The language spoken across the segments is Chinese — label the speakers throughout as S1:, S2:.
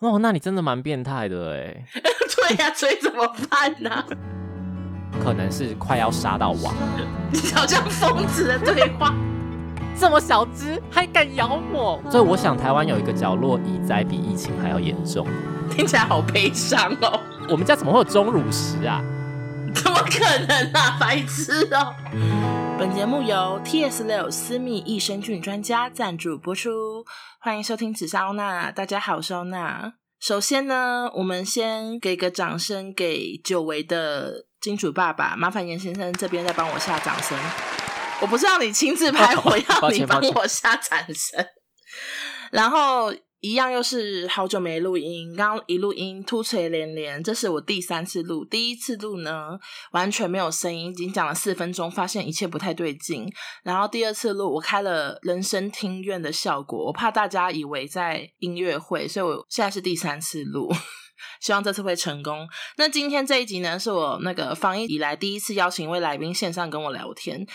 S1: 哦，那你真的蛮变态的哎，
S2: 对呀、所以怎么办呢、
S1: 可能是快要杀到网。
S2: 你好像疯子的对话，
S1: 这么小只还敢咬我，所以我想台湾有一个角落蚁灾比疫情还要严重。
S2: 听起来好悲伤哦。
S1: 我们家怎么会有钟乳石啊？
S2: 怎么可能啊，白痴哦！本节目由 TS 六私密益生菌专家赞助播出，欢迎收听紫砂欧娜。大家好，我是欧娜。首先呢，我们先给个掌声给久违的金主爸爸，麻烦严先生这边再帮我下掌声。我不是让你亲自拍，
S1: 哦
S2: 我要
S1: 抱
S2: 你
S1: 歉
S2: 帮
S1: 抱歉
S2: 我下掌声。然后一样又是好久没录音，刚刚一录音突锤连连，这是我第三次录，第一次录呢完全没有声音，仅讲了四分钟，发现一切不太对劲。然后第二次录，我开了人声听院的效果，我怕大家以为在音乐会，所以我现在是第三次录。 希望这次会成功。那今天这一集呢，是我那个防疫以来第一次邀请一位来宾线上跟我聊天。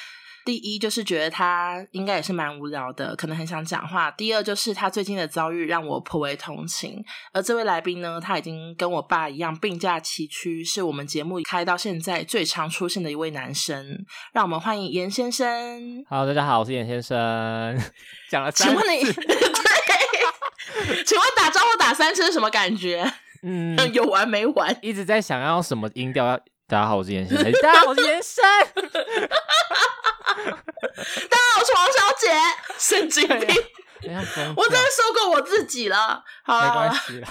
S2: 第一就是觉得他应该也是蛮无聊的，可能很想讲话。第二就是他最近的遭遇让我颇为同情。而这位来宾呢，他已经跟我爸一样病假崎岖，是我们节目开到现在最常出现的一位男生。让我们欢迎严先生。
S1: Hello，大家好，我是严先生。讲了
S2: 请
S1: 三，
S2: 问你 对？请问打招呼打三次是什么感觉？
S1: 嗯，
S2: 有完没完？
S1: 一直在想要什么音调要。大家好，我是严先生。大家好，我是严生。
S2: 大家好，我是王小姐，神经
S1: 对
S2: 病！
S1: 哎呀疯
S2: 我真
S1: 掉
S2: 的受够我自己了。好
S1: 没
S2: 了，好
S1: 关
S2: 了
S1: 系啦。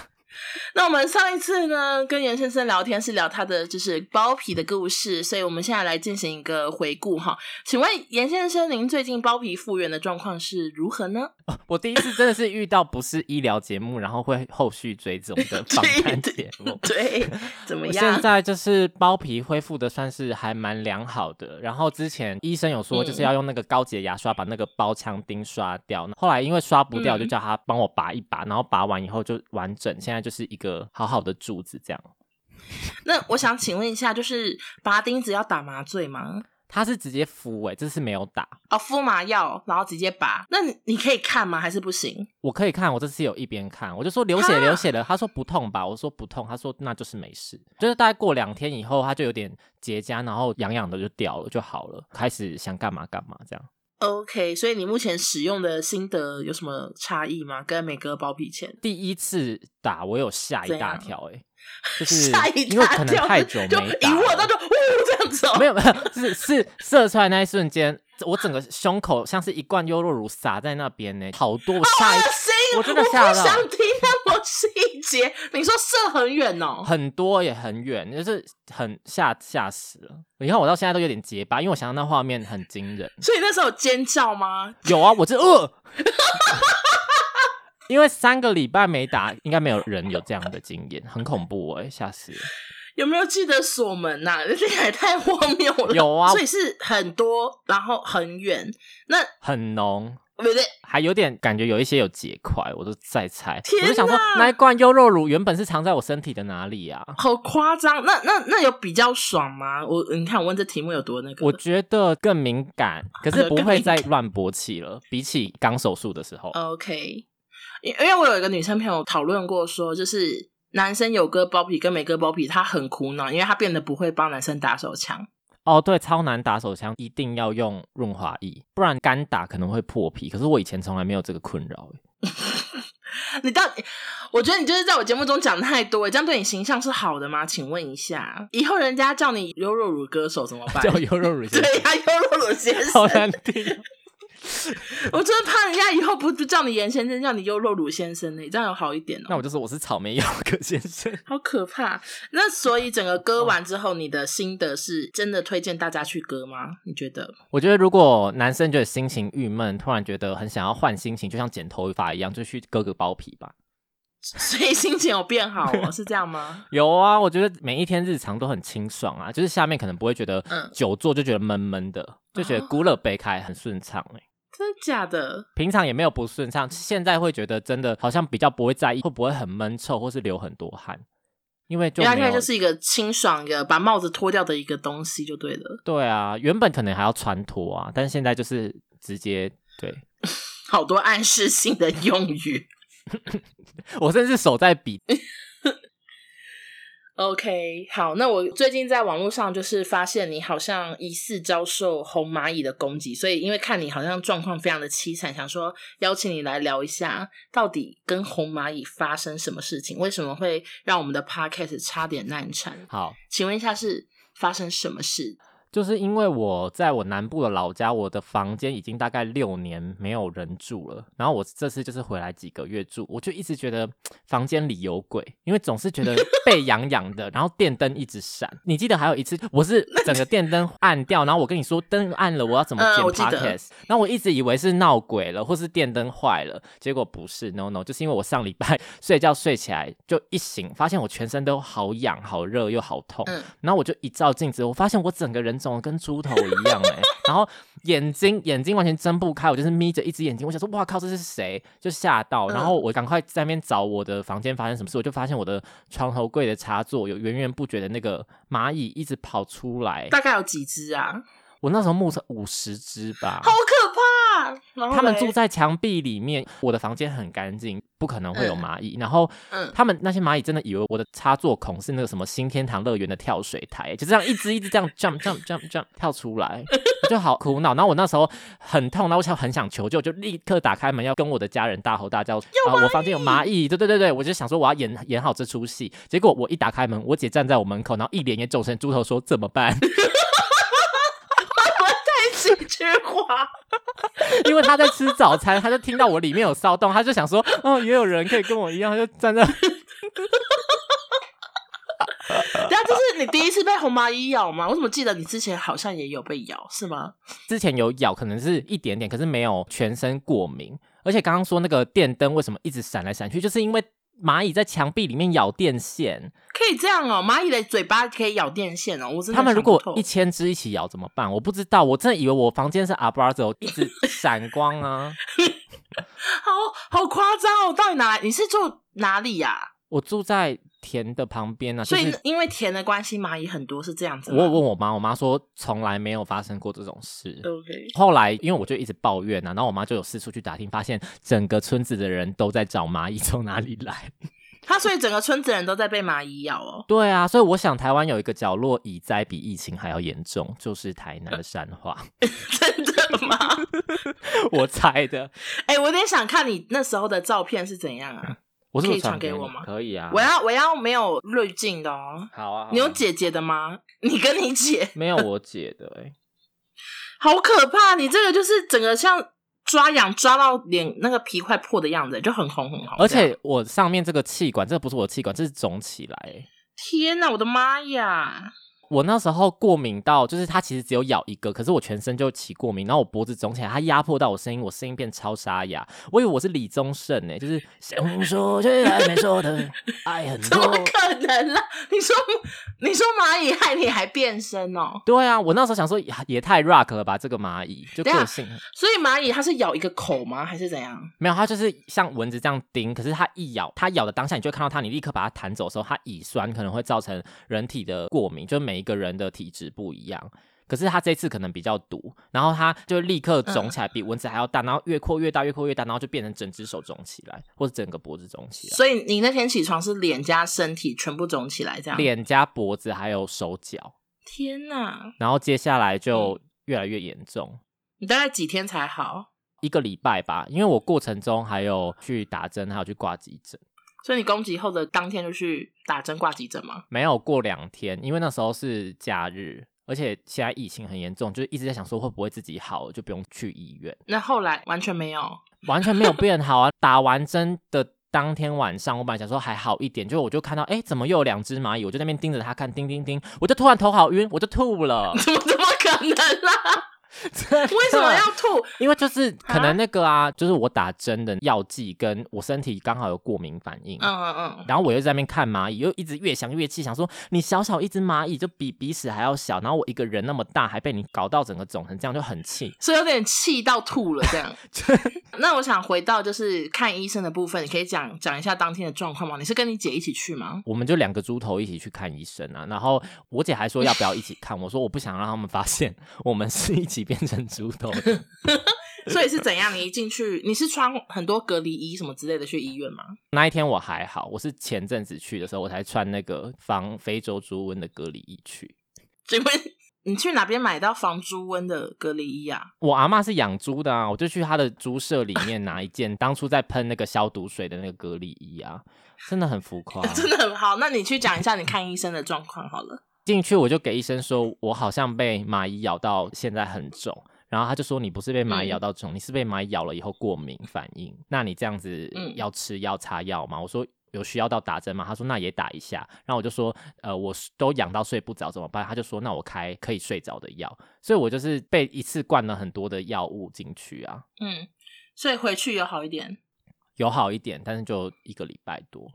S2: 那我们上一次呢跟严先生聊天是聊他的就是包皮的故事，所以我们现在来进行一个回顾哈。请问严先生，您最近包皮复原的状况是如何呢？。
S1: 我第一次真的是遇到不是医疗节目，然后会后续追踪的访谈节目
S2: 对，怎么
S1: 我
S2: 样
S1: 现？在就是包皮恢复的算是还蛮良好的，然后之前医生有说
S2: 嗯
S1: 就是要用那个高级的牙刷把那个包腔钉刷掉，后来因为刷不掉，
S2: 嗯
S1: 就叫他帮我拔一拔，然后拔完以后就完整，现在就是一个好好的柱子这样。
S2: 那我想请问一下，就是拔钉子要打麻醉吗？
S1: 他是直接敷诶、这次没有打。
S2: 哦，敷麻药，然后直接拔。那你你可以看吗？还是不行？
S1: 我可以看，我这次有一边看，我就说流血
S2: 哈
S1: 流血了，他说不痛吧，我说不痛，他说那就是没事，就是大概过两天以后，他就有点结痂，然后痒痒的就掉了就好了，开始想干嘛干嘛这样。
S2: OK，所以你目前使用的心得有什么差异吗？跟每个包皮前
S1: 第一次打我有吓一大跳、欸，哎， 就是
S2: 吓一
S1: 因为
S2: 大
S1: 可能
S2: 跳，
S1: 太久
S2: 就
S1: 没
S2: 一
S1: 打了，
S2: 握到就呜这样子 哦。
S1: 没有没有，是是射出来那一瞬间，我整个胸口像是一罐优酪乳洒在那边呢、好多，我吓一
S2: 恶心，
S1: 我真的
S2: 不
S1: 吓到
S2: 想听那么细节。你说射很远哦，
S1: 很多也很远，就是很吓吓死了。你看我到现在都有点结巴，因为我想到那画面很惊人。
S2: 所以那时候有尖叫吗？
S1: 有啊，我这呃， 因为三个礼拜没打，应该没有人有这样的经验，很恐怖哎、吓死了。
S2: 有没有记得锁门呐、啊？这 也太荒谬了。
S1: 有啊
S2: 所以是很多，然后很远。那
S1: 很浓，
S2: 不对，
S1: 还有点感觉有一些有结块，我都在猜。
S2: 天
S1: 我就想说
S2: 哪，
S1: 那一罐优酪乳原本是藏在我身体的哪里啊？
S2: 好夸张。那那那有比较爽吗？我你看我问这题目有多那个？
S1: 我觉得更敏感，可是不
S2: 呃更
S1: 会
S2: 敏
S1: 再
S2: 感呃
S1: 乱勃起了。比起刚手术的时候，
S2: OK，因因为我有一个女生朋友讨论过说，就是男生有割包皮跟没割包皮，她很苦恼，因为她变得不会帮男生打手枪。
S1: 哦，对，超难打手枪，一定要用润滑液，不然干打可能会破皮。可是我以前从来没有这个困扰。欸
S2: 你到底，我觉得你就是在我节目中讲太多，这样对你形象是好的吗？请问一下，以后人家叫你优酪乳歌手怎么办？
S1: 叫优酪乳先
S2: 哎对
S1: 生，
S2: 呀、优酪乳先生
S1: 好，难听哦。
S2: 我真的怕人家以后不不叫你严先生，叫你优酪乳先生呢、这样有好一点哦、
S1: 那我就说我是草莓咬克先生。
S2: 好可怕！那所以整个割完之后，你的心得是真的推荐大家去割吗？你觉得？
S1: 我觉得如果男生觉得心情郁闷，突然觉得很想要换心情，就像剪头发一样，就去割个包皮吧。
S2: 所以心情有变好哦，是这样吗？
S1: 有啊，我觉得每一天日常都很清爽啊，就是下面可能不会觉得
S2: 嗯
S1: 久坐就觉得闷闷的，就觉得
S2: 哦
S1: 孤乐背开很顺畅哎、
S2: 真的假的？
S1: 平常也没有不顺
S2: 嗯
S1: 畅，现在会觉得真的好像比较不会在意会不会很闷臭，或是流很多汗，因为就
S2: 原来
S1: 没
S2: 它
S1: 有
S2: 啊就是一个清爽的，把帽子脱掉的一个东西就对了。
S1: 对啊，原本可能还要穿脱啊，但现在就是直接对
S2: 好多暗示性的用语。
S1: 我甚至手在比
S2: OK，好，那我最近在网络上就是发现你好像疑似遭受红蚂蚁的攻击，所以因为看你好像状况非常的凄惨，想说邀请你来聊一下，到底跟红蚂蚁发生什么事情，为什么会让我们的 podcast 差点难产？
S1: 好。
S2: 请问一下是发生什么事？
S1: 就是因为我在我南部的老家，我的房间已经大概六年没有人住了。然后我这次就是回来几个月住，我就一直觉得房间里有鬼，因为总是觉 得背痒痒的，然后电灯一直闪。你记得还有一次，我是整个电灯暗掉，然后我跟你说灯暗了，我要怎么
S2: 嗯
S1: 剪
S2: 我记得
S1: podcast？、然后我一直以为是闹鬼了，或是电灯坏了，结果不是，no no，就是因为我上礼拜 睡觉睡起来就一醒，发现我全身都好痒、好热又好痛。
S2: 嗯
S1: 然后我就一照镜子，我发现我整个人肿的跟猪头一样哎、然后眼睛眼睛完全睁不开，我就是眯着一只眼睛，我想说哇靠这是谁？就吓到，然后我赶快在那边找我的房间发生什么事，我就发现我的床头柜的插座有源源不绝的那个蚂蚁一直跑出来，
S2: 大概有几只啊？
S1: 我那时候目测五十只吧
S2: 好。可怕！然后
S1: 他们
S2: 嘞
S1: 住在墙壁里面，我的房间很干净，不可能会有
S2: 嗯
S1: 蚂蚁。然后
S2: 嗯
S1: 他们那些蚂蚁真的以为我的插座孔是那个什么新天堂乐园的跳水台，就这样一只一只这样 jump jump jump jump 跳出来， 我就好苦恼。然后我那时候很痛，然后我想很想求救，就立刻打开门要跟我的家人大吼大叫，啊、我房间有蚂蚁！对对对对，我就想说我要演演好这出戏。结果我一打开门，我姐站在我门口，然后一脸也肿成猪头，说怎么办？
S2: 太 几句话，
S1: 因为她在吃早餐，她就听到我里面有骚动，她就想说，哦，也有人可以跟我一样，她就站在。
S2: 然后这啊是你第一次被红蚂蚁咬吗？我怎么记得你之前好像也有被咬，是吗？
S1: 之前有咬，可能是一点点，可是没有全身过敏。而且刚刚说那个电灯为什么一直闪来闪去，就是因为蚂蚁在墙壁里面咬电线。
S2: 可以这样哦，蚂蚁的嘴巴可以咬电线哦，我真的
S1: 他们如果
S2: 想不透
S1: 一千只一起咬怎么办？我不知道，我真的以为我房间是阿巴走，一直闪光啊。
S2: 好好夸张哦，到底哪来？你是住哪里呀、
S1: 我住在田的旁边啊，就
S2: 所以
S1: 是
S2: 因为田的关系，蚂蚁很多是这样子
S1: 我
S2: 吗。
S1: 有问我妈，我妈说从来没有发生过这种事。
S2: OK，
S1: 后来，因为我就一直抱怨啊，然后我妈就有四处去打听，发现整个村子的人都在找蚂蚁从哪里来。
S2: 他所以整个村子人都在被蚂蚁咬哦。
S1: 对啊，所以我想台湾有一个角落以灾比疫情还要严重，就是台南的山化，
S2: 真的吗？
S1: 我猜的。
S2: 哎、我有点想看你那时候的照片是怎样啊！
S1: 我是不是
S2: 可以传给
S1: 你
S2: 我吗
S1: 可以啊，
S2: 我要我要没有滤镜的哦。
S1: 好啊，好啊
S2: 你有姐姐的吗？ 你跟你姐，
S1: 没有我姐的、 欸？
S2: 好可怕！你这个就是整个像抓痒抓到脸那个皮快破的样子，就很红很红。
S1: 而
S2: 这样
S1: 且我上面这个气管，这不是我气管，这是肿起来、欸。
S2: 天哪，我的妈呀！
S1: 我那时候过敏到，就是它其实只有咬一个，可是我全身就起过敏，然后我脖子肿起来，它压迫到我声音，我声音变超沙哑。我以为我是李宗盛呢、欸就是 想说却还没说的爱很
S2: 怎么
S1: 多。
S2: 可能啦？你说你说蚂蚁害你还变身哦？
S1: 对啊，我那时候想说也也太 rock 了吧，这个蚂蚁就
S2: 等一下
S1: 个性
S2: 所以蚂蚁它是咬一个口吗？还是怎样？
S1: 没有，它就是像蚊子这样叮，可是它一咬，它咬的当下你就会看到它，你立刻把它弹走的时候，它乙酸可能会造成人体的过敏，就每一个人的体质不一样。可是它这次可能比较毒，然后它就立刻
S2: 嗯
S1: 肿起来，比蚊子还要大，然后越扩越大，越扩越大，然后就变成整只手肿起来，或者整个脖子肿起来，
S2: 所以你那天起床是脸加身体全部肿起来这样？
S1: 脸加脖子还有手脚，
S2: 天哪！
S1: 然后接下来
S2: 嗯
S1: 就越来越严重。
S2: 你大概几天才好？
S1: 一个礼拜吧，因为我过程中还有去打针，还有去挂急诊。
S2: 所以你攻击后的当天就去打针挂急诊吗？
S1: 没有过两天，因为那时候是假日，而且现在疫情很严重，就是一直在想说会不会自己好了就不用去医院，
S2: 那后来完全没有。
S1: 完全没有变好啊！打完针的当天晚上，我本来想说还好一点，就我就看到哎、诶怎么又有两只蚂蚁，我就在那边盯着它看，叮叮叮，我就突然头好晕，我就吐了
S2: 。怎么怎么可能啦？为什么要？吐？
S1: 因为就是可能那个啊，就是我打针的药剂跟我身体刚好有过敏反应，
S2: 嗯嗯嗯，
S1: 然后我又在那边看蚂蚁，又一直越想越气，想说你小小一只蚂蚁就比鼻屎还要小，然后我一个人那么大，还被你搞到整个肿成这样，就很气。
S2: 所以有点气到吐了这样。那我想回到就是看医生的部分，你可以讲讲一下当天的状况吗？你是跟你姐一起 去吗？
S1: 我们就两个猪头一起去看医生啊，然后我姐还说要不要一起看，我说我不想让他们发现我们是一起变成猪头的。
S2: 所以是怎样？你一进去，你是穿很多隔离衣什么之类的去医院吗？
S1: 那一天我还好，我是前阵子去的时候，我才穿那个防非洲猪瘟的隔离衣去。
S2: 请问你去哪边买到防猪瘟的隔离衣啊？
S1: 我阿妈是养猪的啊，我就去她的猪舍里面拿一件当初在喷那个消毒水的那个隔离衣啊，真的很浮夸。啊
S2: 真的很好，那你去讲一下你看医生的状况好了。
S1: 进去我就给医生说，我好像被蚂蚁咬到，现在很肿。然后他就说，你不是被蚂蚁咬到肿，你是被蚂蚁咬了以后过敏反应。那你这样子
S2: 嗯
S1: 要吃药擦药吗？我说有需要到打针吗？他说那也打一下。然后我就说，呃，我都痒到睡不着怎么办？他就说那我开可以睡着的药。所以我就是被一次灌了很多的药物进去啊，
S2: 嗯，所以回去有好一点。
S1: 有好一点，但是就一个礼拜多。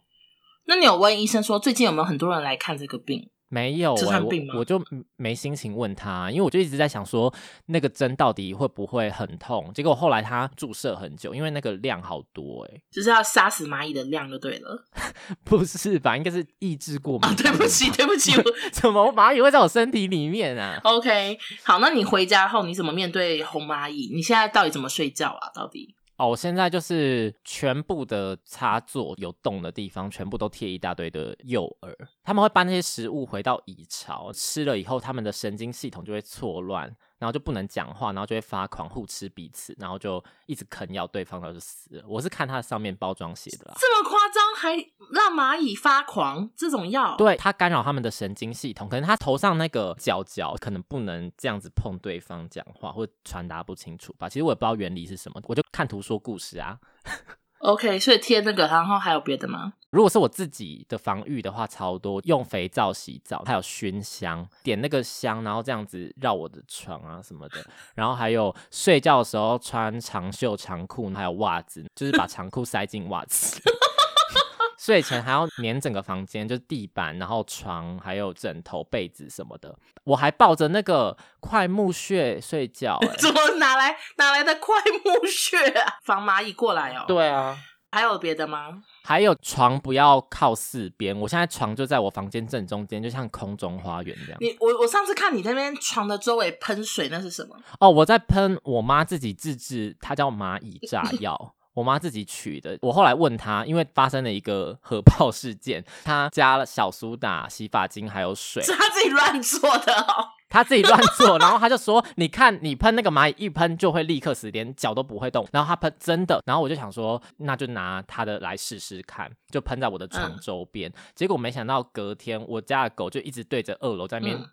S2: 那你有问医生说最近有没有很多人来看这个病？
S1: 没有、
S2: 这
S1: 欸，
S2: 算病吗
S1: 我我就没心情问他，因为我就一直在想说那个针到底会不会很痛。结果后来他注射很久，因为那个量好多哎、
S2: 就是要杀死蚂蚁的量就对了。
S1: 不是吧？应该是抑制过敏、
S2: 啊，对不起，，对不起，我
S1: 怎么蚂蚁会在我身体里面啊？
S2: OK，好，那你回家后你怎么面对红蚂蚁？你现在到底怎么睡觉啊？到底？
S1: 哦，我现在就是全部的插座有洞的地方，全部都贴一大堆的诱饵。他们会把那些食物回到蚁巢，吃了以后，他们的神经系统就会错乱，然后就不能讲话，然后就会发狂，互吃彼此，然后就一直啃咬对方，然后就死了。我是看它上面包装写的啦。
S2: 这么夸张，还让蚂蚁发狂？这种药？
S1: 对，它干扰他们的神经系统，可能它头上那个角角可能不能这样子碰对方讲话，或传达不清楚吧。其实我也不知道原理是什么，我就看图说故事啊。
S2: ，OK，所以贴那个，然后还有别的吗？
S1: 如果是我自己的防御的话，超多用肥皂洗澡，还有熏香，点那个香，然后这样子绕我的床啊什么的，然后还有睡觉的时候穿长袖长裤，还有袜子，就是把长裤塞进袜子。 睡前还要粘整个房间，就是地板，然后床，还有枕头、被子什么的。我还抱着那个快木屑睡觉、欸
S2: 怎么哪来哪来的快木屑啊？防蚂蚁过来哦。，
S1: 对啊，
S2: 还有别的吗？
S1: 还有床不要靠四边，我现在床就在我房间正中间，就像空中花园这样。
S2: 你我我上次看你那边床的周围喷水，那是什么？
S1: 哦，我在喷我妈自己自制，它叫蚂蚁炸药。我妈自己取的，我后来问她，因为发生了一个核爆事件，她加了小苏打、洗发精还有水
S2: 是，他自己乱做的哦。
S1: 她自己乱做，然后她就说：“你看，你喷那个蚂蚁一喷就会立刻死，连脚都不会动。”然后她喷真的，然后我就想说，那就拿她的来试试看，就喷在我的床
S2: 嗯
S1: 周边。结果没想到隔天，我家的狗就一直对着二楼在那边
S2: 嗯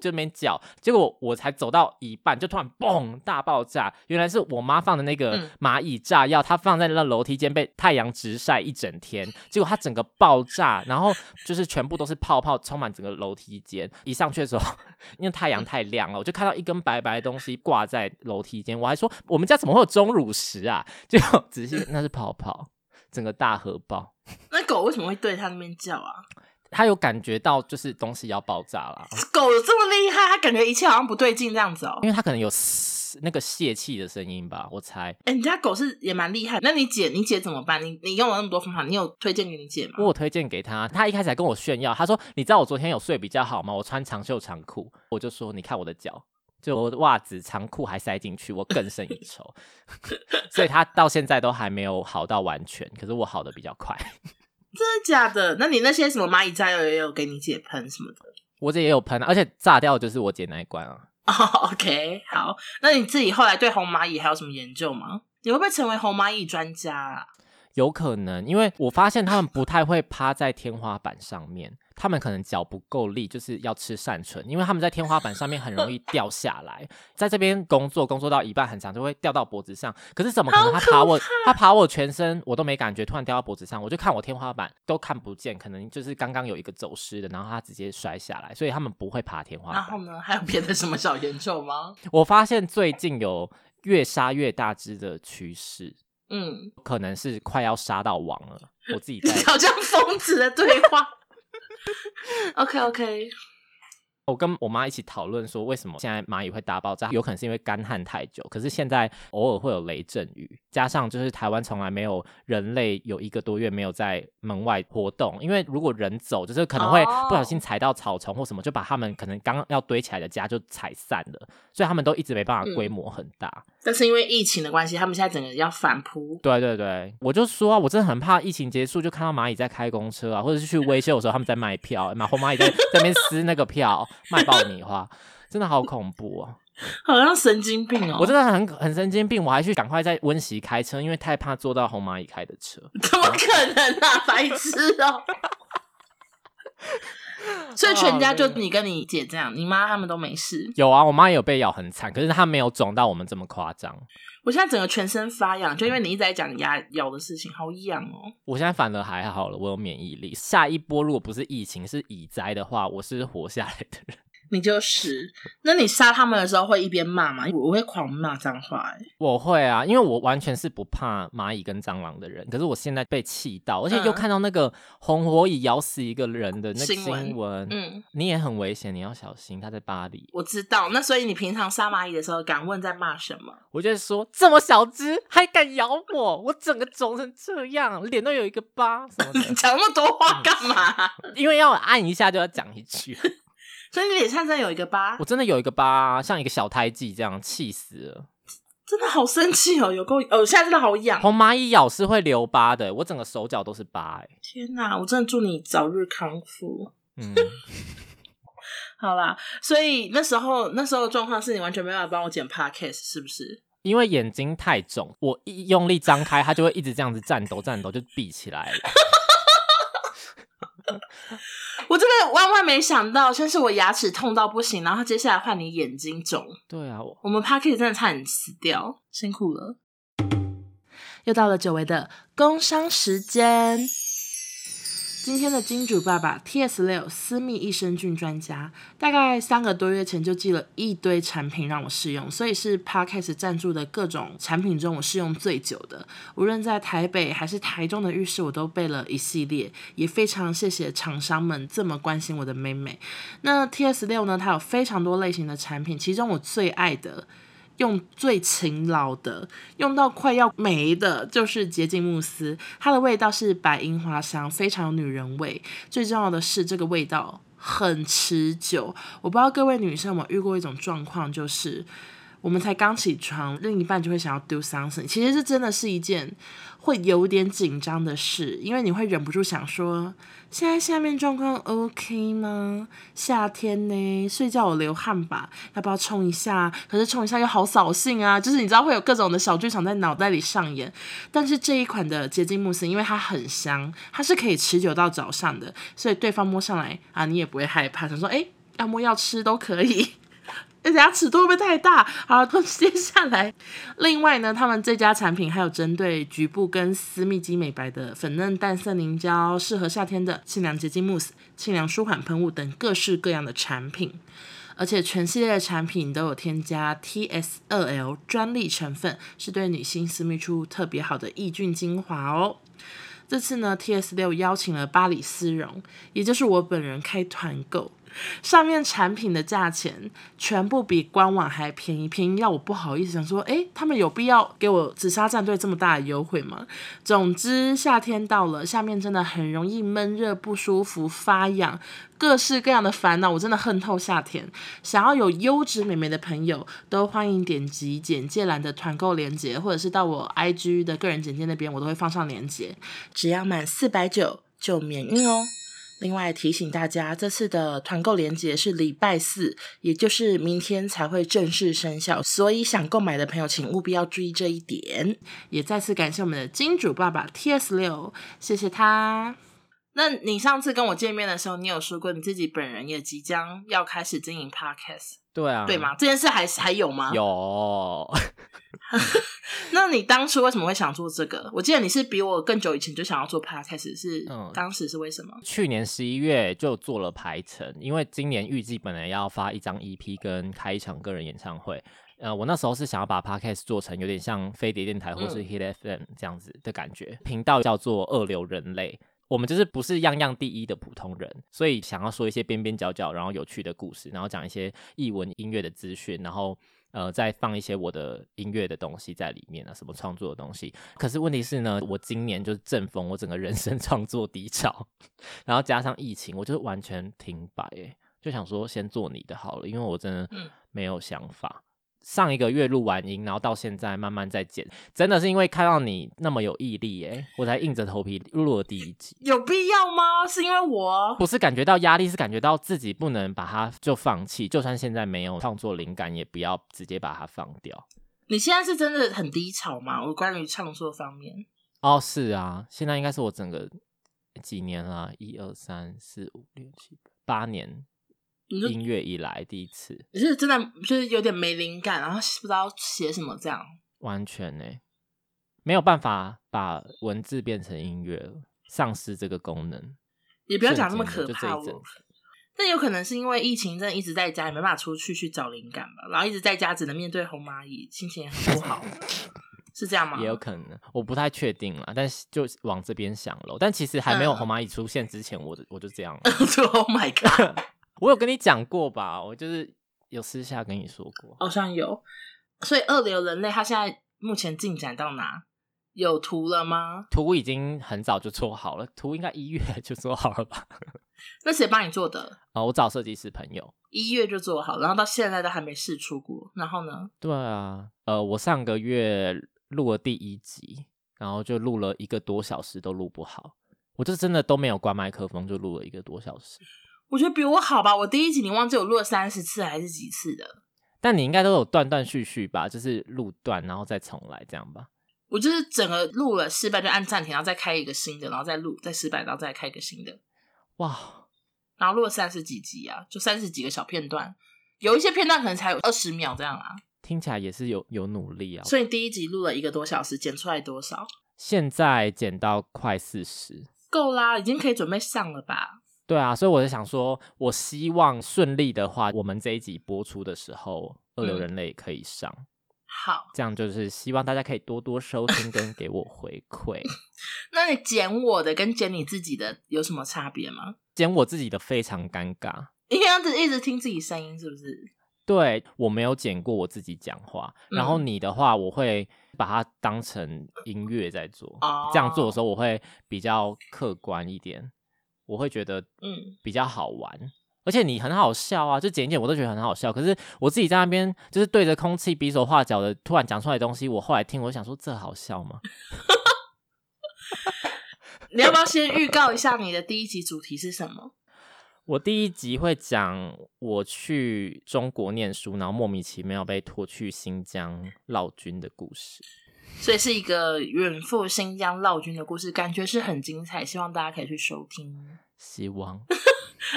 S1: 就那边叫，结果我才走到一半，就突然嘣大爆炸，原来是我妈放的那个
S2: 嗯
S1: 蚂蚁炸药，它放在那楼梯间被太阳直晒一整天，结果它整个爆炸，然后就是全部都是泡泡，充满整个楼梯间。一上去的时候， 因为太
S2: 嗯
S1: 阳太亮了，我就看到一根白白的东西挂在楼梯间，我还说我们家怎么会有钟乳石啊？ 结果仔细那是泡泡，整个大核爆，
S2: 那狗为什么会对他那边叫啊？
S1: 它有感觉到就是东西要爆炸了。啊
S2: 狗有这么厉害，它感觉一切好像不对劲这样子哦。
S1: 因为它可能有嘶那个泄气的声音吧，我猜。
S2: 哎、你家狗是也蛮厉害。那你姐，你姐怎么办？你你用了那么多方法，你有推荐给你姐吗？
S1: 我有推荐给他，他一开始还跟我炫耀，他说：“你知道我昨天有睡比较好吗？我穿长袖长裤。”我就说：“你看我的脚，就我的袜子、长裤还塞进去，我更胜一筹。” 所以他到现在都还没有好到完全，可是我好的比较快。
S2: 真的假的？那你那些什么蚂蚁炸药也有给你姐喷什么的？
S1: 我这也有喷啊，而且炸掉的就是我姐那一关啊。
S2: 哦、o k 好。那你自己后来对红蚂蚁还有什么研究吗？你会不会成为红蚂蚁专家啊？
S1: 有可能，因为我发现他们不太会趴在天花板上面，他们可能脚不够力，就是要吃善存，因为他们在天花板上面很容易掉下来，在这边工作工作到一半很长就会掉到脖子上，可是怎么可能
S2: 好
S1: 他
S2: 可
S1: 爬我他爬我全身我都没感觉，突然掉到脖子上，我就看我天花板都看不见，可能就是刚刚有一个走失的，然后他直接摔下来，所以他们不会爬天花
S2: 然
S1: 板。
S2: 后呢，还有别的什么小研究吗？
S1: 我发现最近有越杀越大只的趋势，
S2: 嗯，
S1: 可能是快要杀到王了，我自己在。
S2: 好像疯子的对话。OK OK，
S1: 我跟我妈一起讨论说，为什么现在蚂蚁会大爆炸？有可能是因为干旱太久，可是现在偶尔会有雷阵雨，加上就是台湾从来没有人类有一个多月没有在门外活动，因为如果人走，就是可能会
S2: 哦
S1: 不小心踩到草丛或什么，就把他们可能刚要堆起来的家就踩散了，所以他们都一直没办法规模很大。
S2: 但是因为疫情的关系，他们现在整个要反扑。
S1: 对对对，我就说啊，我真的很怕疫情结束就看到蚂蚁在开公车啊，或者是去维修的时候他们在卖票，欸马红蚂蚁在在那边撕那个票卖爆米花，真的好恐怖哦！
S2: 好像神经病哦！
S1: 我真的很很神经病，我还去赶快在温习开车，因为太怕坐到红蚂蚁开的车。
S2: 怎么可能啊，白痴哦！ 所以全家就你跟你姐这样，你妈他们都没事。
S1: 有啊，我妈也有被咬很惨，可是她没有肿到我们这么夸张。
S2: 我现在整个全身发痒，就因为你一直在讲牙咬的事情，好痒哦。
S1: 我现在反而还好了，我有免疫力。下一波如果不是疫情是蚁灾的话，我是活下来的人。
S2: 你就是，那你杀他们的时候会一边骂吗？我我会狂骂脏话、欸，
S1: 我会啊，因为我完全是不怕蚂蚁跟蟑螂的人，可是我现在被气到，而且又
S2: 嗯
S1: 看到那个红火蚁咬死一个人的那个
S2: 新闻
S1: 新闻，
S2: 嗯，
S1: 你也很危险，你要小心。他在巴黎，
S2: 我知道。那所以你平常杀蚂蚁的时候，敢问在骂什么？
S1: 我就会说这么小只还敢咬我，我整个肿成这样，脸都有一个疤什么的，
S2: 讲那么多话干嘛？
S1: 因为要按一下就要讲一句。
S2: 所以你脸上真的有一个疤
S1: 我，真的有一个疤，像一个小胎记这样，气死了。
S2: 真的好生气哦！有够哦，我现在真的好痒。
S1: 红蚂蚁咬是会留疤的，我整个手脚都是疤、欸。
S2: 天哪，我真的祝你早日康复。
S1: 嗯，
S2: 好啦，所以那时候那时候的状况是你完全没办法帮我剪 podcast，是不是？
S1: 因为眼睛太肿，我一用力张开，它就会一直这样子颤抖颤抖，就闭起来了。
S2: 我真的万万没想到，先是我牙齿痛到不行，然后接下来换你眼睛肿，
S1: 对啊，我
S2: 我们 podcast 真的差点死掉，辛苦了。又到了久违的工商时间。今天的金主爸爸 TS 六私密益生菌专家，大概三个多月前就寄了一堆产品让我试用，所以是 Podcast 赞助的各种产品中我试用最久的。无论在台北还是台中的浴室，我都备了一系列，也非常谢谢厂商们这么关心我的妹妹。那 TS 六呢，它有非常多类型的产品，其中我最爱的。用最勤劳的，用到快要没的，就是洁净慕斯，它的味道是白樱花香，非常有女人味。最重要的是，这个味道很持久。我不知道各位女生有没有遇过一种状况，就是我们才刚起床，另一半就会想要 do something。其实这真的是一件会有点紧张的事，因为你会忍不住想说，现在下面状况 OK 吗？夏天呢，睡觉有流汗吧？要不要冲一下？可是冲一下又好扫兴啊！就是你知道会有各种的小剧场在脑袋里上演。但是这一款的洁净慕斯，因为它很香，它是可以持久到早上的，所以对方摸上来啊，你也不会害怕，想说哎，诶要摸要吃都可以。 而且它尺度会不会太大？好，接下来，另外呢，他们这家产品还有针对局部跟私密肌美白的粉嫩淡色凝胶，适合夏天的清凉洁净慕斯、清凉舒缓喷雾等各式各样的产品。而且全系列的产品都有添加 TS 二 L 专利成分，是对女性私密处特别好的抑菌精华哦。这次呢，TS 六邀请了巴里丝绒，也就是我本人开团购，上面产品的价钱全部比官网还便宜，便宜到我不好意思想说，诶，他们有必要给我紫砂战队这么大的优惠吗？总之，夏天到了，下面真的很容易闷热、不舒服、发痒，各式各样的烦恼，我真的恨透夏天。想要有优质美眉的朋友，都欢迎点击简介栏的团购链接，或者是到我 IG 的个人简介那边，我都会放上链接。只要满四百九就免运哦。另外提醒大家，这次的团购链接是礼拜四，也就是明天才会正式生效，所以想购买的朋友请务必要注意这一点。也再次感谢我们的金主爸爸 T S 六，谢谢他。那你上次跟我见面的时候，你有说过你自己本人也即将要开始经营 podcast，、
S1: 对啊，
S2: 对？吗？这件事还还有吗？。
S1: 有，
S2: 那你当初为什么会想做这个？我记得你是比我更久以前就想要做 podcast，是、
S1: 嗯
S2: 当时是为什么？
S1: 去年十一月就做了排程，因为今年预计本来要发一张 EP 跟开一场个人演唱会。呃，我那时候是想要把 podcast 做成有点像飞碟电台或是
S2: 嗯
S1: Hit FM 这样子的感觉，频、道叫做“二流人类”。我们就是不是样样第一的普通人，所以想要说一些边边角角，然后有趣的故事，然后讲一些译文音乐的资讯，然后呃再放一些我的音乐的东西在里面啊，什么创作的东西。可是问题是呢，我今年就是正逢我整个人生创作低潮，然后加上疫情，我就完欸全停摆耶，就想说先做你的好了，因为我真的
S2: 嗯
S1: 没有想法。上一个月录完音，然后到现在慢慢在剪，真的是因为看到你那么有毅力耶、欸我才硬着头皮录了第一集。
S2: 有必要吗？是因为我
S1: 不是感觉到压力，是感觉到自己不能把它就放弃，就算现在没有创作灵感，也不要直接把它放掉。
S2: 你现在是真的很低潮吗？我关于创作方面，
S1: 哦，是啊，现在应该是我整个几年啦，一二三四五六七八年
S2: 你就
S1: 音乐以来第一次，
S2: 你是真的就是有点没灵感，然后不知道写什么这样。
S1: 完全呢、没有办法把文字变成音乐了，丧失这个功能。
S2: 也不要讲那么可
S1: 瞬间
S2: 怕
S1: 的就这一
S2: 我
S1: 阵。
S2: 那有可能是因为疫情真的一直在家，也没办法出去去找灵感吧，然后一直在家只能面对红蚂蚁，心情也很不好， 是这样吗？
S1: 也有可能，我不太确定啦，但是就往这边想了。但其实还没有
S2: 嗯
S1: 红蚂蚁出现之前，我的我就这样了。
S2: 就 Oh my God，
S1: 我有跟你讲过吧？我就是有私下跟你说过，
S2: 好像有。所以二流人类它现在目前进展到哪？有图了吗？
S1: 图已经很早就做好了，图应该一月就做好了吧？
S2: 那谁帮你做的？
S1: 啊、我找设计师朋友。
S2: 一月就做好，然后到现在都还没试出过。然后呢？
S1: 对啊，呃，我上个月录了第一集，然后就录了一个多小时，都录不好。我就真的都没有关麦克风，就录了一个多小时。
S2: 我觉得比我好吧。我第一集你忘记我录了三十次还是几次的？
S1: 但你应该都有断断续续吧，就是录断然后再重来这样吧。
S2: 我就是整个录了失败就按暂停，然后再开一个新的，然后再录，再失败，然后再开一个新的，
S1: 哇，
S2: 然后录了三十几集啊，就三十几个小片段，有一些片段可能才有二十秒这样啊。
S1: 听起来也是有有努力啊。
S2: 所以你第一集录了一个多小时，剪出来多少？
S1: 现在减到快四十，
S2: 够啦，已经可以准备上了吧？
S1: 对啊，所以我就想说，我希望顺利的话，我们这一集播出的时候，二流
S2: 嗯
S1: 人类可以上，
S2: 好，
S1: 这样就是希望大家可以多多收听跟给我回馈。
S2: 那你剪我的跟剪你自己的有什么差别吗？
S1: 剪我自己的非常尴尬，
S2: 因为要一直听自己声音，是不是？
S1: 对我没有剪过我自己讲话，然后
S2: 嗯
S1: 你的话我会把它当成音乐在做，
S2: 哦
S1: 这样做的时候我会比较客观一点，我会觉得
S2: 嗯，
S1: 比较好玩。而且你很好笑啊，就剪一剪我都觉得很好笑。可是我自己在那边就是对着空气比手画脚的，突然讲出来的东西，我后来听，我想说这好笑吗？
S2: 你要不要先预告一下你的第一集主题是什么？
S1: 我第一集会讲我去中国念书，然后莫名其妙被拖去新疆闹军的故事。
S2: 所以是一个远赴新疆闹军的故事，感觉是很精彩，希望大家可以去收听。
S1: 希望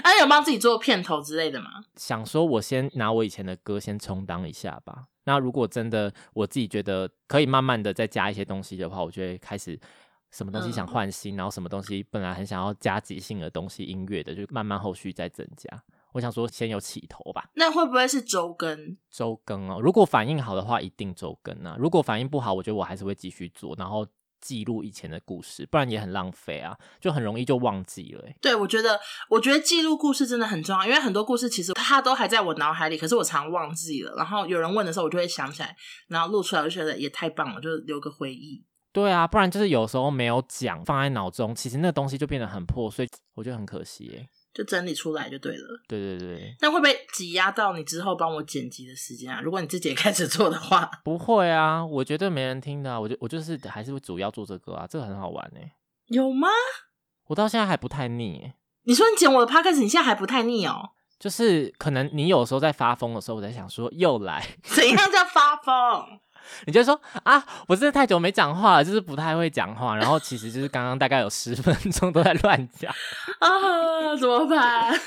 S2: 啊，你有帮自己做片头之类的吗？
S1: 想说，我先拿我以前的歌先充当一下吧。那如果真的我自己觉得可以慢慢的再加一些东西的话，我就会开始什么东西想
S2: 嗯
S1: 换新，然后什么东西本来很想要加即兴的东西，音乐的就慢慢后续再增加。我想说先有起头吧，
S2: 那会不会是周更？
S1: 周更哦。如果反应好的话，一定周更啊。如果反应不好，我觉得我还是会继续做，然后记录以前的故事，不然也很浪费啊，就很容易就忘记了欸、
S2: 对，我觉得，我觉得记录故事真的很重要，因为很多故事其实它都还在我脑海里，可是我常忘记了。然后有人问的时候，我就会想起来，然后录出来，我就觉得也太棒了，就留个回忆。
S1: 对啊，不然就是有时候没有讲，放在脑中，其实那东西就变得很破碎，我觉得很可惜耶。
S2: 就整理出来就对了，
S1: 对对对，
S2: 那会不会挤压到你之后帮我剪辑的时间啊？如果你自己也开始做的话，
S1: 不会啊，我觉得没人听的、啊，我就我就是还是会主要做这个啊，这个很好玩哎，
S2: 有吗？
S1: 我到现在还不太腻耶，
S2: 你说你剪我的 podcast，你现在还不太腻哦？
S1: 就是可能你有时候在发疯的时候，我在想说又来，
S2: 怎样叫发疯？
S1: 你就说啊，我真的太久没讲话了，就是不太会讲话，然后其实就是刚刚大概有十分钟都在乱讲，
S2: 啊，怎么办？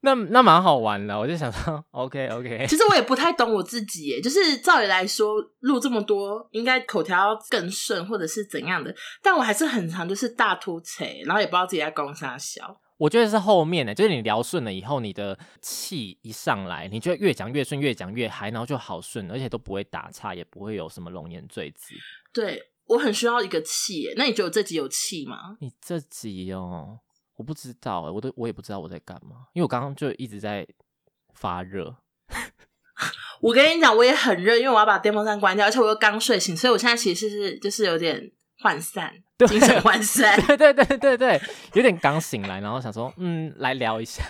S1: 那那蛮好玩的，我就想说 OK OK，
S2: 其实我也不太懂我自己耶，就是照理来说，录这么多，应该口条要更顺，或者是怎样的，但我还是很常就是大突锤，然后也不知道自己在攻啥小。
S1: 我觉得是后面的，就是你聊顺了以后，你的气一上来，你就会越讲越顺，越讲越嗨，然后就好顺，而且都不会打岔，也不会有什么龙颜坠子。
S2: 对我很需要一个气耶，那你觉得我这集有气吗？
S1: 你这集哦，我不知道哎，我都我也不知道我在干嘛，因为我刚刚就一直在发热。
S2: 我跟你讲，我也很热，因为我要把电风扇关掉，而且我又刚睡醒，所以我现在其实是就是有点涣散，
S1: 对
S2: 精神涣散。
S1: 对对对对对，有点刚醒来，然后想说，嗯，来聊一下。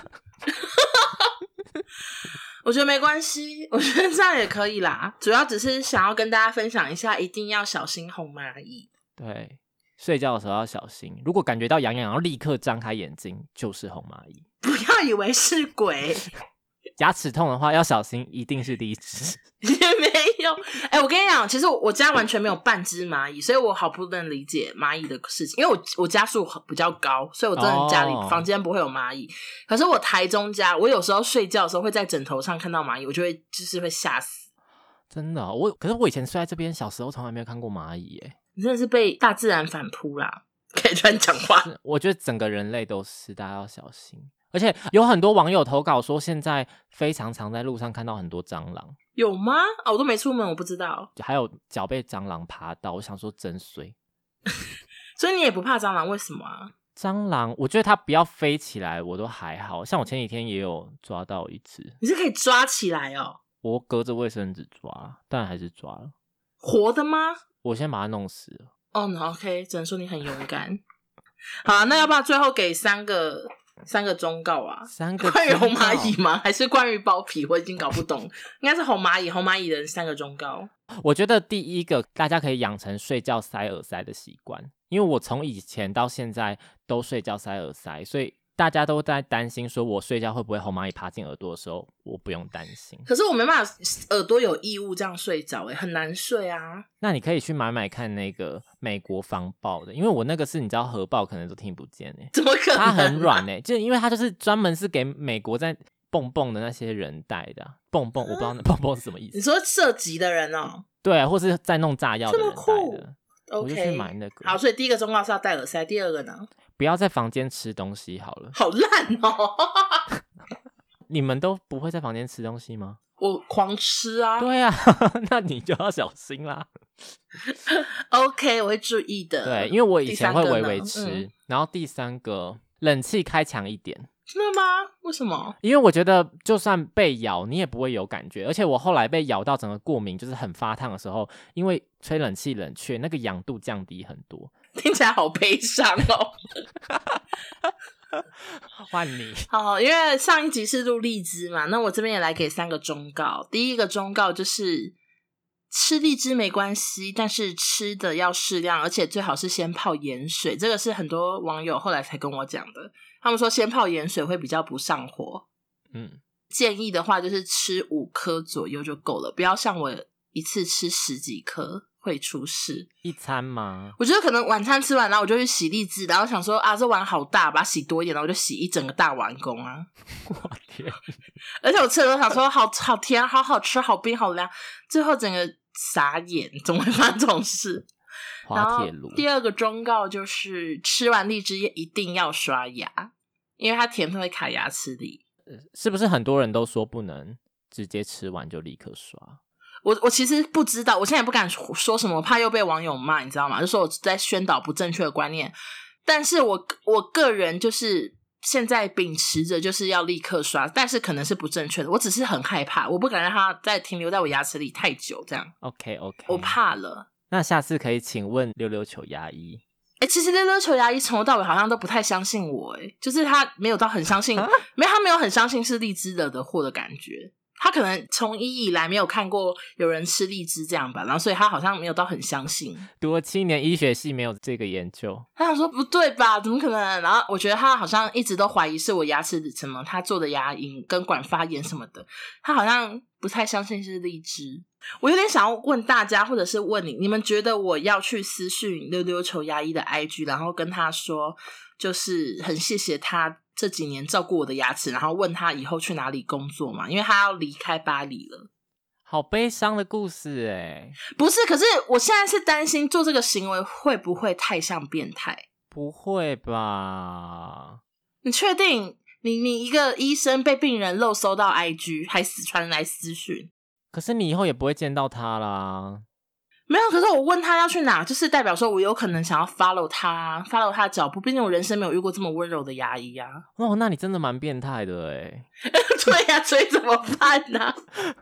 S2: 我觉得没关系，我觉得这样也可以啦。主要只是想要跟大家分享一下，一定要小心红蚂蚁。
S1: 对，睡觉的时候要小心，如果感觉到痒痒，要立刻张开眼睛，就是红蚂蚁。
S2: 不要以为是鬼，
S1: 牙齿痛的话要小心，一定是第一只。
S2: 也没有。哎、我跟你讲，其实我我家完全没有半只蚂蚁，所以我好不能理解蚂蚁的事情。因为我我家数比较高，所以我真的家里
S1: 哦
S2: 房间不会有蚂蚁。可是我台中家，我有时候睡觉的时候会在枕头上看到蚂蚁，我就会就是会吓死。
S1: 真的哦、我可是我以前睡在这边，小时候从来没有看过蚂蚁耶。
S2: 你真的是被大自然反扑啦！可以乱讲话。
S1: 是我觉得整个人类都是，大家要小心。而且有很多网友投稿说，现在非常常在路上看到很多蟑螂，
S2: 有吗？啊，我都没出门，我不知道。
S1: 还有脚被蟑螂爬到。我想说真衰，
S2: 所以你也不怕蟑螂？为什么啊？
S1: 蟑螂，我觉得它不要飞起来，我都还好。像我前几天也有抓到一只，
S2: 你是可以抓起来哦，
S1: 我隔着卫生纸抓，但还是抓了。
S2: 活的吗？
S1: 我先把它弄死了。
S2: 哦、o k 只能说你很勇敢。好啊、那要不要最后给三个三个忠告啊？
S1: 三个
S2: 关于
S1: 忠
S2: 红蚂
S1: 告
S2: 蚁吗？还是关于包皮？我已经搞不懂，应该是红蚂蚁，红蚂蚁的三个忠告。
S1: 我觉得第一个，大家可以养成睡觉塞耳塞的习惯，因为我从以前到现在都睡觉塞耳塞，所以大家都在担心说我睡觉会不会红蚂蚁爬进耳朵的时候，我不用担心。
S2: 可是我没办法，耳朵有异物这样睡着，哎，很难睡啊。
S1: 那你可以去买买看那个美国防爆的，因为我那个是你知道核爆可能都听不见欸诶、
S2: 怎么可能、
S1: 它很软，诶、就因为它就是专门是给美国在蹦蹦的那些人戴的啊、蹦蹦我不知道那蹦蹦是什么意
S2: 你
S1: 思，
S2: 说射击的人哦、
S1: 对啊，或是在弄炸药的
S2: 这么
S1: 人戴的，
S2: o
S1: 我就去
S2: k
S1: 买那个。
S2: 好，所以第一个忠告是要戴耳塞，第二个呢？
S1: 不要在房间吃东西好了。
S2: 好烂哦、
S1: 你们都不会在房间吃东西吗？
S2: 我狂吃啊。
S1: 对啊， 那你就要小心啦。
S2: OK，我会注意的。
S1: 对，因为我以前会
S2: 呃第
S1: 微
S2: 三个呢
S1: 微吃，
S2: 嗯
S1: 然后第三个冷气开强一点，
S2: 真的吗？为什么？
S1: 因为我觉得就算被咬你也不会有感觉，而且我后来被咬到整个过敏，就是很发烫的时候，因为吹冷气冷却，那个痒度降低很多。
S2: 听起来好悲伤 哦。
S1: 换 你，
S2: 好，因为上一集是录荔枝嘛，那我这边也来给三个忠告。第一个忠告就是吃荔枝没关系，但是吃的要适量，而且最好是先泡盐水。这个是很多网友后来才跟我讲的，他们说先泡盐水会比较不上火。
S1: 嗯，
S2: 建议的话就是吃五颗左右就够了，不要像我一次吃十几颗会出事。
S1: 一餐吗？
S2: 我觉得可能晚餐吃完，然后我就去洗荔枝，然后想说啊，这碗好大，把它洗多一点，然后我就洗一整个大碗公啊。
S1: 我 天，
S2: 而且我吃的时候想说，好好甜，好好吃，好冰，好凉。最后整个傻眼，怎么会发生这种事？然
S1: 滑
S2: 后
S1: 铁卢，
S2: 第二个忠告就是，吃完荔枝叶一定要刷牙，因为它甜分会卡牙齿里。
S1: 是不是很多人都说不能直接吃完就立刻刷？
S2: 我我其实不知道，我现在也不敢说什么，怕又被网友骂，你知道吗？就说我在宣导不正确的观念。但是我我个人就是现在秉持着就是要立刻刷，但是可能是不正确的。我只是很害怕，我不敢让它再停留在我牙齿里太久，这样
S1: OK OK，
S2: 我怕了。
S1: 那下次可以请问溜溜球牙医，
S2: 哎、其实溜溜球牙医从头到尾好像都不太相信我、诶就是他没有到很相信，没有他没有很相信是荔枝惹的祸的感觉。他可能从一以来没有看过有人吃荔枝这样吧，然后所以他好像没有到很相信。
S1: 读了七年医学系没有这个研究，
S2: 他想说不对吧？怎么可能？然后我觉得他好像一直都怀疑是我牙齿什么，他做的牙龈根管发炎什么的，他好像不太相信是荔枝。我有点想要问大家，或者是问你，你们觉得我要去私讯溜溜球牙医的 IG，然后跟他说，就是很谢谢他这几年照顾我的牙齿，然后问他以后去哪里工作嘛？因为他要离开巴黎了。
S1: 好悲伤的故事哎，
S2: 不是，可是我现在是担心做这个行为会不会太像变态。
S1: 不会吧？
S2: 你确定你你一个医生被病人漏搜到 IG，还死传来私讯？
S1: 可是你以后也不会见到他啦。
S2: 没有，可是我问他要去哪，就是代表说我有可能想要 follow 他，follow 他的脚步。毕竟我人生没有遇过这么温柔的牙医啊。
S1: 哦，那你真的蛮变态的哎。
S2: 对呀、所以怎么办呢、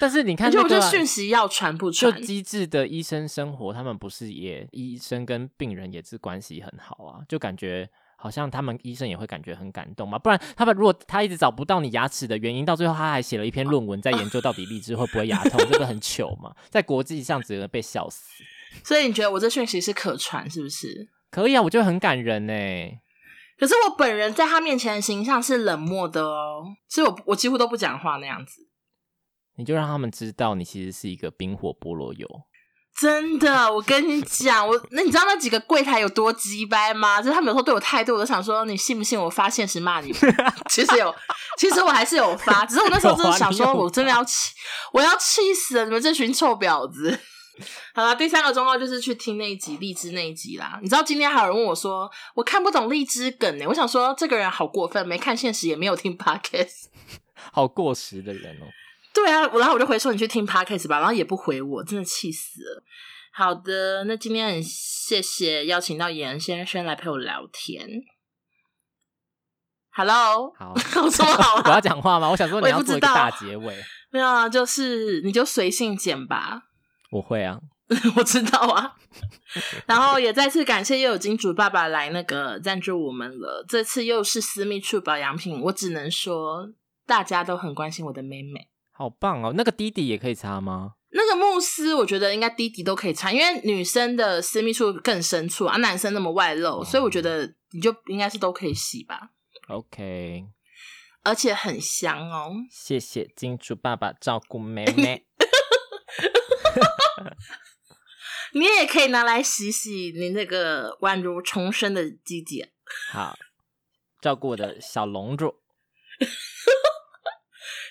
S1: 但是你
S2: 而
S1: 看
S2: 且
S1: 那
S2: 我觉
S1: 个
S2: 得
S1: 啊
S2: 讯息要传不
S1: 就
S2: 传，
S1: 机智的医生生活，他们不是也医生跟病人也是关系很好啊？就感觉好像他们医生也会感觉很感动嘛。不然他们如果他一直找不到你牙齿的原因，到最后他还写了一篇论文在研究到底荔枝会不会牙痛，这个很糗嘛，在国际上只能被笑死。
S2: 所以你觉得我这讯息是可传是不是？
S1: 可以啊，我觉得很感人呢、欸
S2: 可是我本人在他面前的形象是冷漠的哦，所以我我几乎都不讲话那样子。
S1: 你就让他们知道你其实是一个冰火菠萝油。
S2: 真的，我跟你讲，我那你知道那几个柜台有多鸡掰吗？就是他们有时候对我态度，我都想说你信不信我发现实骂你们。 其实有，其实我还是有发，只是我那时候真的想
S1: 有啊
S2: 说，
S1: 你有
S2: 我真的要气，我要气死了你们这群臭婊子。 好了，第三个忠告就是去听那一集荔枝那一集啦。你知道今天还有人问我说，我看不懂荔枝梗呢、欸我想说这个人好过分，没看现实也没有听 podcast。
S1: 好过时的人哦。
S2: 对啊，我然后我就回说你去听 podcast 吧，然后也不回我，真的气死了。好的，那今天很谢谢邀请到严先生来陪我聊天。Hello，
S1: 好
S2: 我说 好
S1: 我
S2: 了，
S1: 要讲话吗？我想说你
S2: 我也
S1: 要
S2: 不
S1: 做一
S2: 知
S1: 个
S2: 道
S1: 大结尾。
S2: 没有啊，就是你就随性剪吧。
S1: 我会啊，
S2: 我知道啊。然后也再次感谢又有金主爸爸来那个赞助我们了。这次又是私密处保养品，我只能说大家都很关心我的妹妹。
S1: 好棒哦。那个弟弟也可以擦 吗？
S2: 那个慕斯，我觉得应该低底都可以擦，因为女生的私密处更深处啊，男生那么外露，所以我觉得你就应该是都可以洗吧，
S1: OK，
S2: 而且很香哦。
S1: 谢谢金主爸爸照顾妹 妹。
S2: 你也可以拿来洗洗你那个宛如重生的鸡姐。
S1: 好，照顾我的小龙主。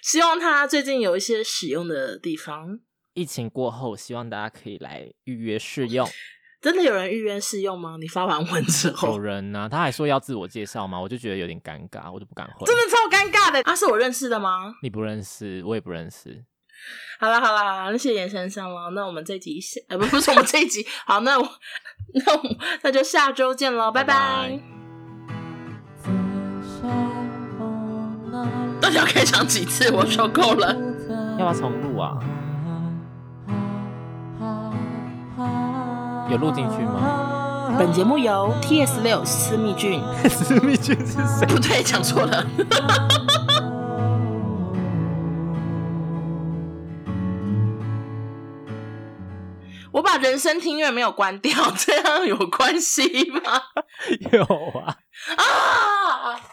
S2: 希望它最近有一些使用的地方，
S1: 疫情过后，希望大家可以来预约试 用。
S2: 真的有人预约试用吗？你发完文之
S1: 有
S2: 后，
S1: 人呢、他还说要自我介绍嘛，我就觉得有点尴尬，我就不敢回。
S2: 真的超尴尬的。他、啊是我认识的吗？
S1: 你不认识，我也不认识。
S2: 好啦好啦，那谢谢严先生了。那我们这集下，呃，不不是我们这一集， 好，那我那我那就下周见喽，拜拜。到底要开场几次？哎我受够了。
S1: 要不要重录啊？ 有录进去吗？
S2: 本 节目由 TS 六私密菌，
S1: 私密君是谁？
S2: 不对，讲错了。我把人声听乐没有关掉，这样有关系吗？
S1: 有啊。
S2: 啊！